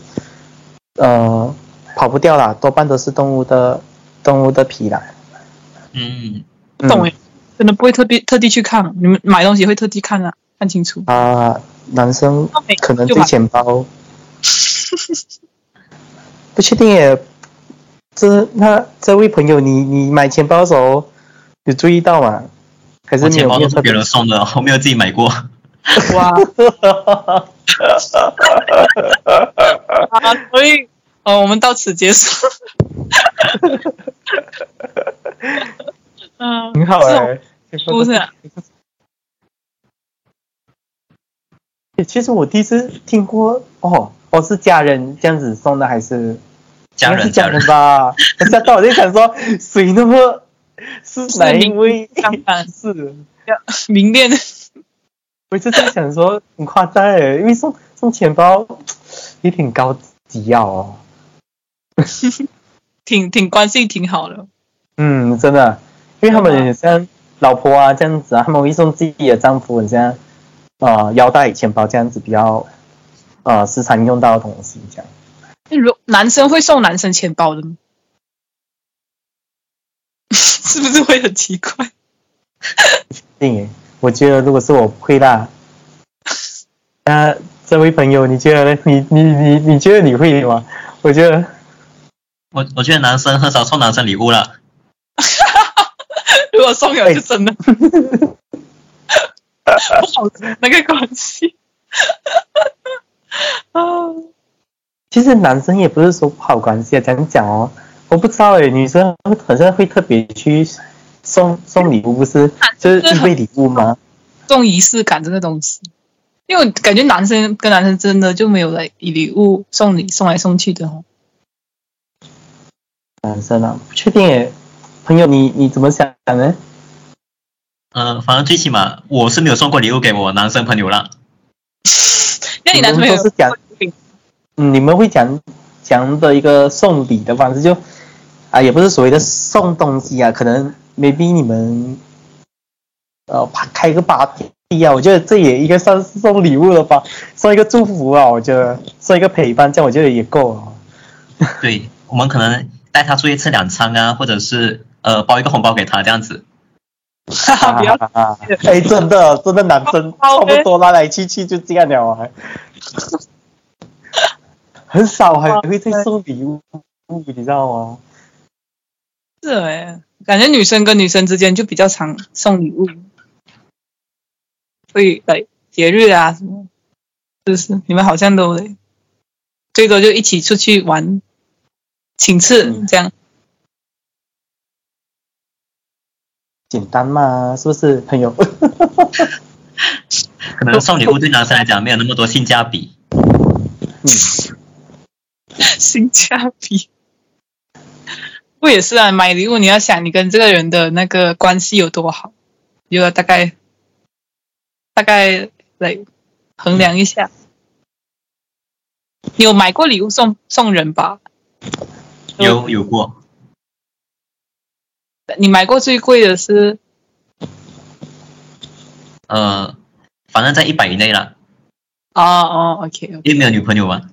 Speaker 1: 呃，跑不掉啦，多半都是动物的动物的皮啦。
Speaker 3: 嗯，
Speaker 1: 嗯
Speaker 2: 懂诶，欸真的不会特别特地去看，啊你们买东西会特地看啊，看清楚。
Speaker 1: 啊、男生
Speaker 2: 那每
Speaker 1: 可能
Speaker 2: 就
Speaker 1: 对
Speaker 2: 买
Speaker 1: 钱包不确定耶。这那这位朋友，你你买钱包的时候有注意到吗？还是
Speaker 3: 我
Speaker 1: 你
Speaker 3: 钱
Speaker 1: 有
Speaker 3: 包
Speaker 1: 没有
Speaker 3: 都是
Speaker 1: 特别
Speaker 2: 哦
Speaker 3: 别人送的，我没有自己买过。
Speaker 2: 哇，啊，所 以呃，我们到此结束。嗯，
Speaker 1: 很好
Speaker 2: 这种
Speaker 1: 哎、
Speaker 2: 书是啊
Speaker 1: 欸其实我第一次听过哦，我、是家人这样子送的，还是
Speaker 3: 家
Speaker 1: 应该是
Speaker 3: 人，
Speaker 1: 家
Speaker 3: 家
Speaker 1: 人
Speaker 3: 人，
Speaker 1: 吧？我吓到，我就想说，谁那么是
Speaker 2: 是
Speaker 1: 哪一
Speaker 2: 明
Speaker 1: 位？
Speaker 2: 相反
Speaker 1: 是，
Speaker 2: 明恋，
Speaker 1: 我就在想说，很夸张哎，因为送送钱包有点高级啊哦。
Speaker 2: 挺挺关系挺好的。
Speaker 1: 嗯，真的，因为他们很像老婆啊这样子啊，他们会送自己的丈夫很像呃腰带、钱包这样子比较呃时常用到的东西这样。
Speaker 2: 那如男生会送男生钱包 的吗？是不是会很奇怪？
Speaker 1: 电影，我觉得如果是我不会啦。那这位朋友，你觉得呢？你你你你觉得你会吗？我觉得
Speaker 3: 我我觉得男生很少送男生礼物了。
Speaker 2: 如果送友就真的不好那个关系 啊，
Speaker 1: 其实男生也不是说不好关系啊，讲讲哦，我不知道诶，女生好像会特别去送送礼物，不是？就是因为礼物吗？
Speaker 2: 送仪式感这个东西，因为我感觉男生跟男生真的就没有来以礼物送礼送来送去的哦。
Speaker 1: 男生啊，不确定诶。朋友你你怎么想呢？
Speaker 3: 嗯，反正最起码我是没有送过礼物给我男生朋 友啦。
Speaker 2: 那你男朋友
Speaker 1: 你们都是讲嗯，你们会讲讲的一个送礼的方式就，啊，也不是所谓的送东西啊，可能 maybe 你们呃啪开个 party 啊，我觉得这也应该算是送礼物了吧，送一个祝福啊，我觉得送一个陪伴，这样我觉得也够了。
Speaker 3: 对我们可能带他出去吃两餐啊，或者是呃包一个红包给他这样子。
Speaker 2: 哈哈，不要
Speaker 1: 啊啊啊 哎，真的，真的男生差不多来来去去就这样了，还很少还会再送礼物，你知道吗？
Speaker 2: 是哎、感觉女生跟女生之间就比较常送礼物，所以来节日啊什么，就是你们好像都得最多就一起出去玩，请吃
Speaker 1: 嗯
Speaker 2: 这样。
Speaker 1: 简单嘛，是不是朋友？
Speaker 3: 可能送礼物对男生来讲没有那么多性价 比。
Speaker 2: 性价比。不也是啊？买礼物你要想你跟这个人的那个关系有多好，你就要大概大概来衡量一下。你有买过礼物送送人吧？
Speaker 3: 有有过，
Speaker 2: 你买过最贵的是
Speaker 3: 呃，反正在一百以内啦，
Speaker 2: 哦哦，OK，, o
Speaker 3: 因为没有女朋友嘛。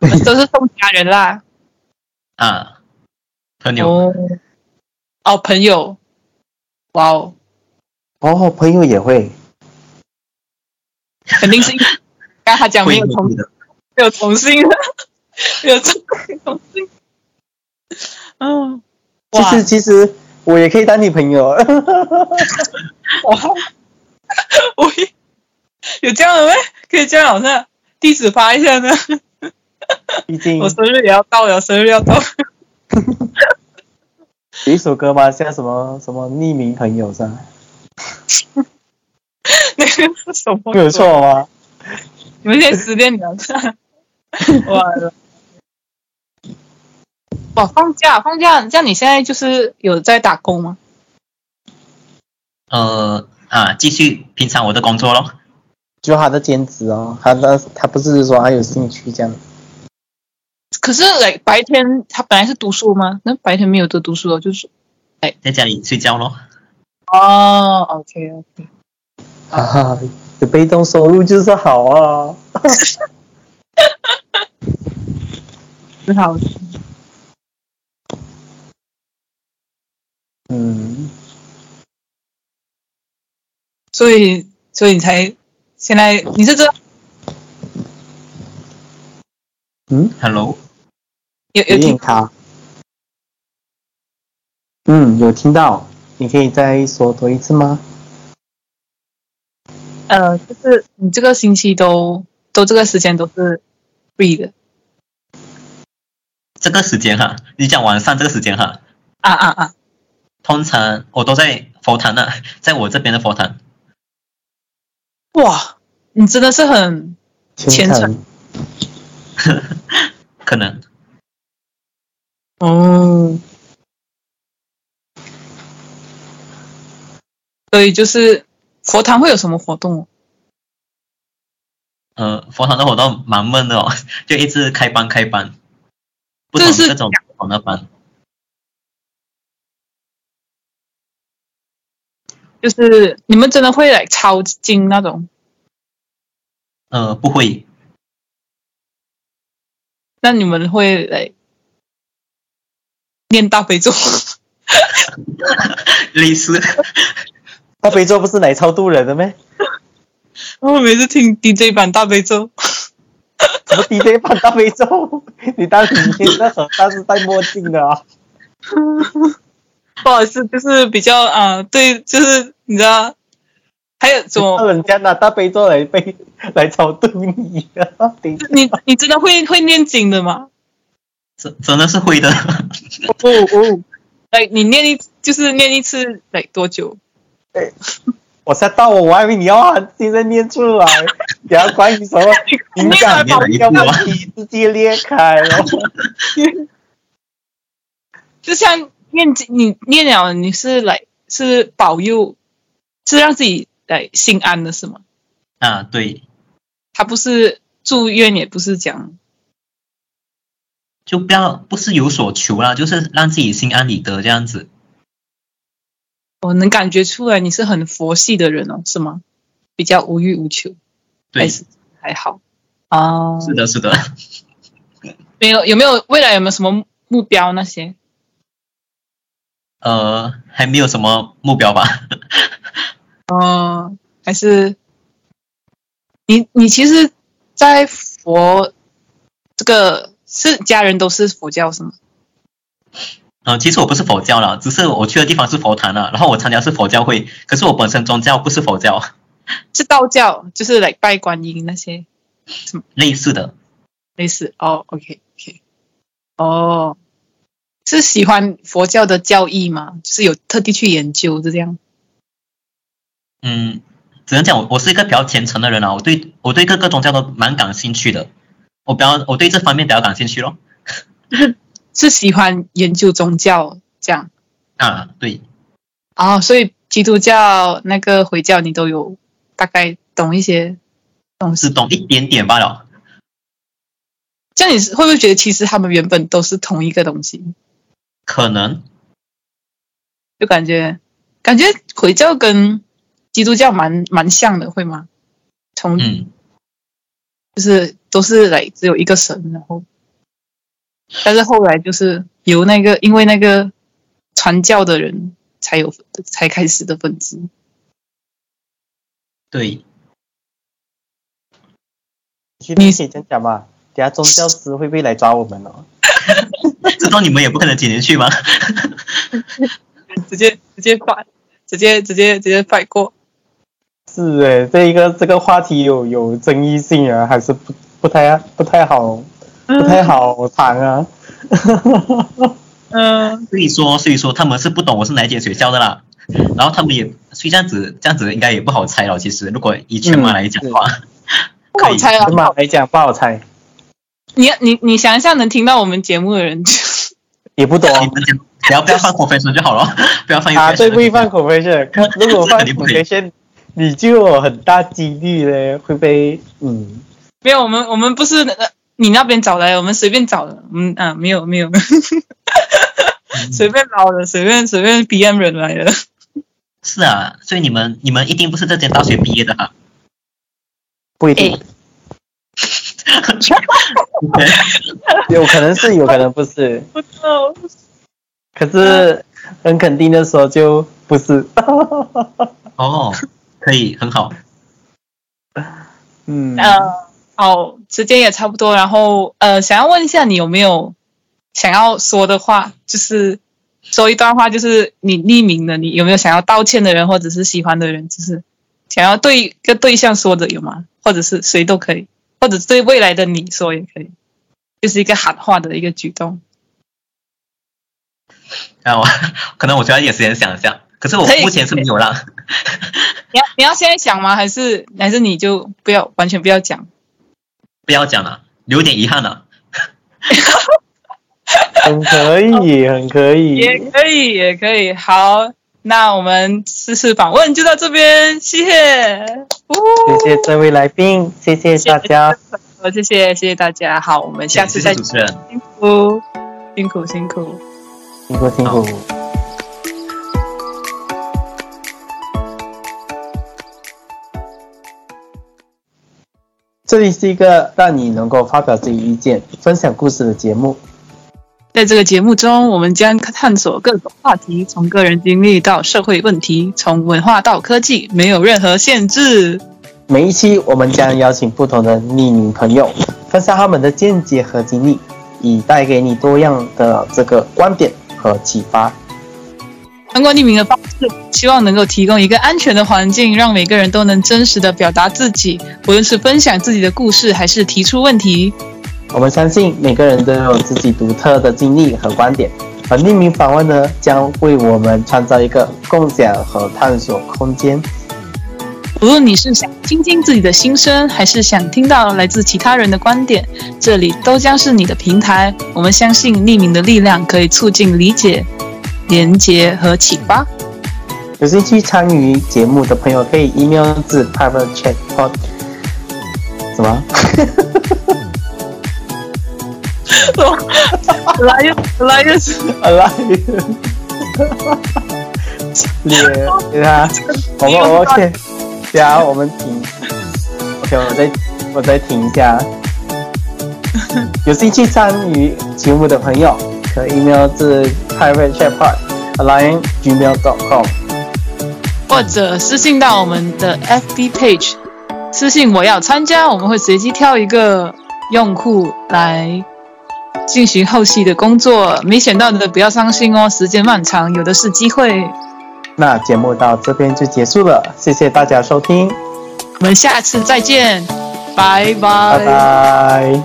Speaker 2: k 都是送家人啦。
Speaker 3: 啊，朋友，
Speaker 2: 哦哦，朋友，哇哦，
Speaker 1: 哦，朋友也会，
Speaker 2: 肯定 是因为刚才他讲没
Speaker 3: 会
Speaker 2: 有同
Speaker 3: 会的。
Speaker 2: 有重新的，有重重新。嗯，
Speaker 1: 其
Speaker 2: 哇
Speaker 1: 实其实我也可以当你朋友，
Speaker 2: 哇，我也有这样的咩？可以这样，好像地址发一下呢。
Speaker 1: 毕
Speaker 3: 嗯
Speaker 1: 竟
Speaker 2: 我生日也要到了，生日要到了。
Speaker 1: 有一首歌嘛，像什么什么匿名朋友是吧？
Speaker 2: 那个是什么？
Speaker 1: 没有，错吗？
Speaker 2: 你们先失恋聊下。完了。哇，放假放假，像你现在就是有在打工吗？
Speaker 3: 呃啊，继续平常我的工作咯。
Speaker 1: 就他的兼职哦，他的他不是说他有兴趣这样，
Speaker 2: 可是，like, 白天他本来是读书吗？那白天没有得读书了，就是
Speaker 3: 在家里睡觉咯。
Speaker 2: 哦，OK OK。
Speaker 1: 哈哈，有被动收入就是好啊。
Speaker 2: 很好，
Speaker 1: 嗯，
Speaker 2: 所以所以你才现在你是知道
Speaker 1: 嗯，
Speaker 3: Hello，
Speaker 1: 有
Speaker 2: 有有
Speaker 1: 点
Speaker 2: 听
Speaker 1: 卡。嗯，有听到，你可以再说多一次吗？
Speaker 2: 呃，就是你这个星期都都这个时间都是 free 的
Speaker 3: 这个时间哈，你讲晚上这个时间哈，
Speaker 2: 啊啊啊！
Speaker 3: 通常我都在佛堂呢、在我这边的佛堂。
Speaker 2: 哇，你真的是很
Speaker 1: 虔
Speaker 2: 虔诚
Speaker 1: 诚，
Speaker 3: 可能
Speaker 2: 哦，所以就是佛堂会有什么活动哦？
Speaker 3: 呃，佛堂的活动蛮闷的哦， 就一直开班开班，不同
Speaker 2: 这是
Speaker 3: 各种不同的班。
Speaker 2: 就是你们真的会来抄经那种？
Speaker 3: 呃，不会，
Speaker 2: 那你们会来念大悲咒？
Speaker 3: 类似
Speaker 1: 那非洲不是来超度人的咩？
Speaker 2: 我每次听 DJ 版大悲咒。
Speaker 1: 什么 DJ 版大非洲？ 你当时那很当时戴墨镜的啊？
Speaker 2: 不好意思，就是比较啊、呃对，就是你知道，还有什
Speaker 1: 让
Speaker 2: 么？
Speaker 1: 人家拿大非洲来被来超度你啊？ 等一下
Speaker 2: 你你真的会会念经的吗？
Speaker 3: 真真的是会的。
Speaker 2: 哦哦，哎，你念一就是念一次，哎，多久？
Speaker 1: 我吓到我，我还以为你要啊，现在念出来，你要关于什么啊
Speaker 2: 你
Speaker 1: 影响
Speaker 3: 念了
Speaker 1: 力的
Speaker 3: 念了一
Speaker 1: 问题直接裂开了。哦
Speaker 2: 就像念经，你念了，你是来是保佑，是让自己来心安的是吗？
Speaker 3: 啊，对，
Speaker 2: 他不是祝愿，也不是讲
Speaker 3: 就不要不是有所求啦，就是让自己心安理得这样子。
Speaker 2: 我哦能感觉出来你是很佛系的人哦，是吗？比较无欲无求，
Speaker 3: 对，
Speaker 2: 还
Speaker 3: 是
Speaker 2: 是还好哦。
Speaker 3: 的，是的。
Speaker 2: 没有有没有未来有没有什么目标那些？
Speaker 3: 呃还没有什么目标吧。
Speaker 2: 哦，还是你你其实，在佛这个是家人都是佛教是吗？
Speaker 3: 嗯、其实我不是佛教啦，只是我去的地方是佛坛啦，然后我参加是佛教会，可是我本身宗教不是佛教，
Speaker 2: 是道教，就是来拜观音那些
Speaker 3: 类似的。
Speaker 2: 类似哦，OK OK，哦，是喜欢佛教的教义吗？就是有特地去研究这样。
Speaker 3: 嗯，只能讲我我是一个比较虔诚的人啊，我对我对各个宗教都蛮感兴趣的，我比较我对这方面比较感兴趣咯。
Speaker 2: 是喜欢研究宗教这样
Speaker 3: 啊，对，
Speaker 2: 哦，所以基督教那个回教你都有大概懂一些东
Speaker 3: 只
Speaker 2: 西。
Speaker 3: 懂一点点罢了。
Speaker 2: 这样你是会不会觉得其实他们原本都是同一个东西？
Speaker 3: 可能
Speaker 2: 就感觉感觉回教跟基督教蛮蛮像的，会吗？从
Speaker 3: 嗯，
Speaker 2: 就是都是来只有一个神，然后，但是后来就是由那个因为那个传教的人才有才开始的分支。
Speaker 3: 对，
Speaker 1: 去理解这样讲嘛，等下宗教师会不会来抓我们哦？
Speaker 3: 这段你们也不可能剪进去吧？
Speaker 2: 直接直接反，直接直接直接反过。
Speaker 1: 是诶，这一个这个话题有有争议性啊，还是不不太不太好，不太好谈啊。
Speaker 2: 嗯，
Speaker 3: 所以说，所以说他们是不懂我是哪一间学校的啦，然后他们也所以这样子这样子应该也不好猜了。其实如果以全马来讲的话，
Speaker 1: 嗯
Speaker 2: 不好猜啊
Speaker 1: 起！码来讲不好猜，
Speaker 2: 你你你想一下，能听到我们节目的人，
Speaker 1: 也 不多。
Speaker 3: 你们讲只要不 要放 confession 就好了，不要放
Speaker 1: 啊，最不会放
Speaker 3: confession 就好
Speaker 1: 口碑线，如果放
Speaker 3: 肯定不
Speaker 1: 口
Speaker 3: 可以
Speaker 1: 碑线，你就有很大几率嘞会被嗯，
Speaker 2: 没有我们我们不是那个你那边找来，我们随便找的，嗯啊，没有 没有，随便捞的，随便随便 BM 人来的。
Speaker 3: 是啊，所以你们你们一定不是这间大学毕业的啊 哈、
Speaker 1: 不一定，
Speaker 3: OK，
Speaker 1: 有可能是，有可能不是。
Speaker 2: 不知道，
Speaker 1: 可是很肯定的说就不是。
Speaker 3: 哦，可以，很好。
Speaker 1: 嗯，
Speaker 2: 呃，好，时间也差不多，然后呃，想要问一下你有没有想要说的话，就是说一段话，就是你匿名的，你有没有想要道歉的人，或者是喜欢的人，就是想要对一个对象说的有吗？或者是谁都可以，或者是对未来的你说也可以，就是一个喊话的一个举动。
Speaker 3: 那啊我 可能我需要一点时间想一下，可是我
Speaker 2: 可以
Speaker 3: 目前是没有啦。
Speaker 2: 你要你要现在想吗？还是还是你就不要完全不要讲？
Speaker 3: 不要讲了，有点遗憾了。
Speaker 1: 很可以，很可
Speaker 2: 也
Speaker 1: 以。
Speaker 2: 可以，也可以。好，那我们试试访问就到这边，谢谢。
Speaker 1: 谢
Speaker 2: 呜
Speaker 1: 谢这位来宾，谢谢大家，
Speaker 2: 呃谢谢谢谢大家。好，我们下次
Speaker 3: 谢
Speaker 2: 再见
Speaker 3: 谢主。持人。
Speaker 2: 辛苦辛苦辛苦。
Speaker 1: 辛苦辛苦。这里是一个让你能够发表自己意见、分享故事的节目。
Speaker 2: 在这个节目中，我们将探索各种话题，从个人经历到社会问题，从文化到科技，没有任何限制。
Speaker 1: 每一期我们将邀请不同的匿名朋友，分享他们的见解和经历，以带给你多样的这个观点和启发。
Speaker 2: 通过匿名的方式，希望能够提供一个安全的环境，让每个人都能真实的表达自己，无论是分享自己的故事，还是提出问题。
Speaker 1: 我们相信每个人都有自己独特的经历和观点，而匿名访问呢，将为我们创造一个共享和探索空间。
Speaker 2: 无论你是想听听自己的心声，还是想听到来自其他人的观点，这里都将是你的平台。我们相信匿名的力量可以促进理解、连结和启发。
Speaker 1: 有兴趣参与节目的朋友，可以 email 至 p i v a t e chatpod 什么？
Speaker 2: 来呀，来呀！
Speaker 1: alive 脸给他，我们 OK，对啊，我们停，OK，我再我再停一下。有兴趣参与节目的朋友，可以 email 至 private chat pod alliance@gmail.com。
Speaker 2: 或者私信到我们的 FB page，私信我要参加，我们会随机挑一个用户来进行后续的工作。没选到的不要伤心哦，时间漫长，有的是机会。
Speaker 1: 那节目到这边就结束了，谢谢大家收听，
Speaker 2: 我们下次再见，拜
Speaker 1: 拜拜。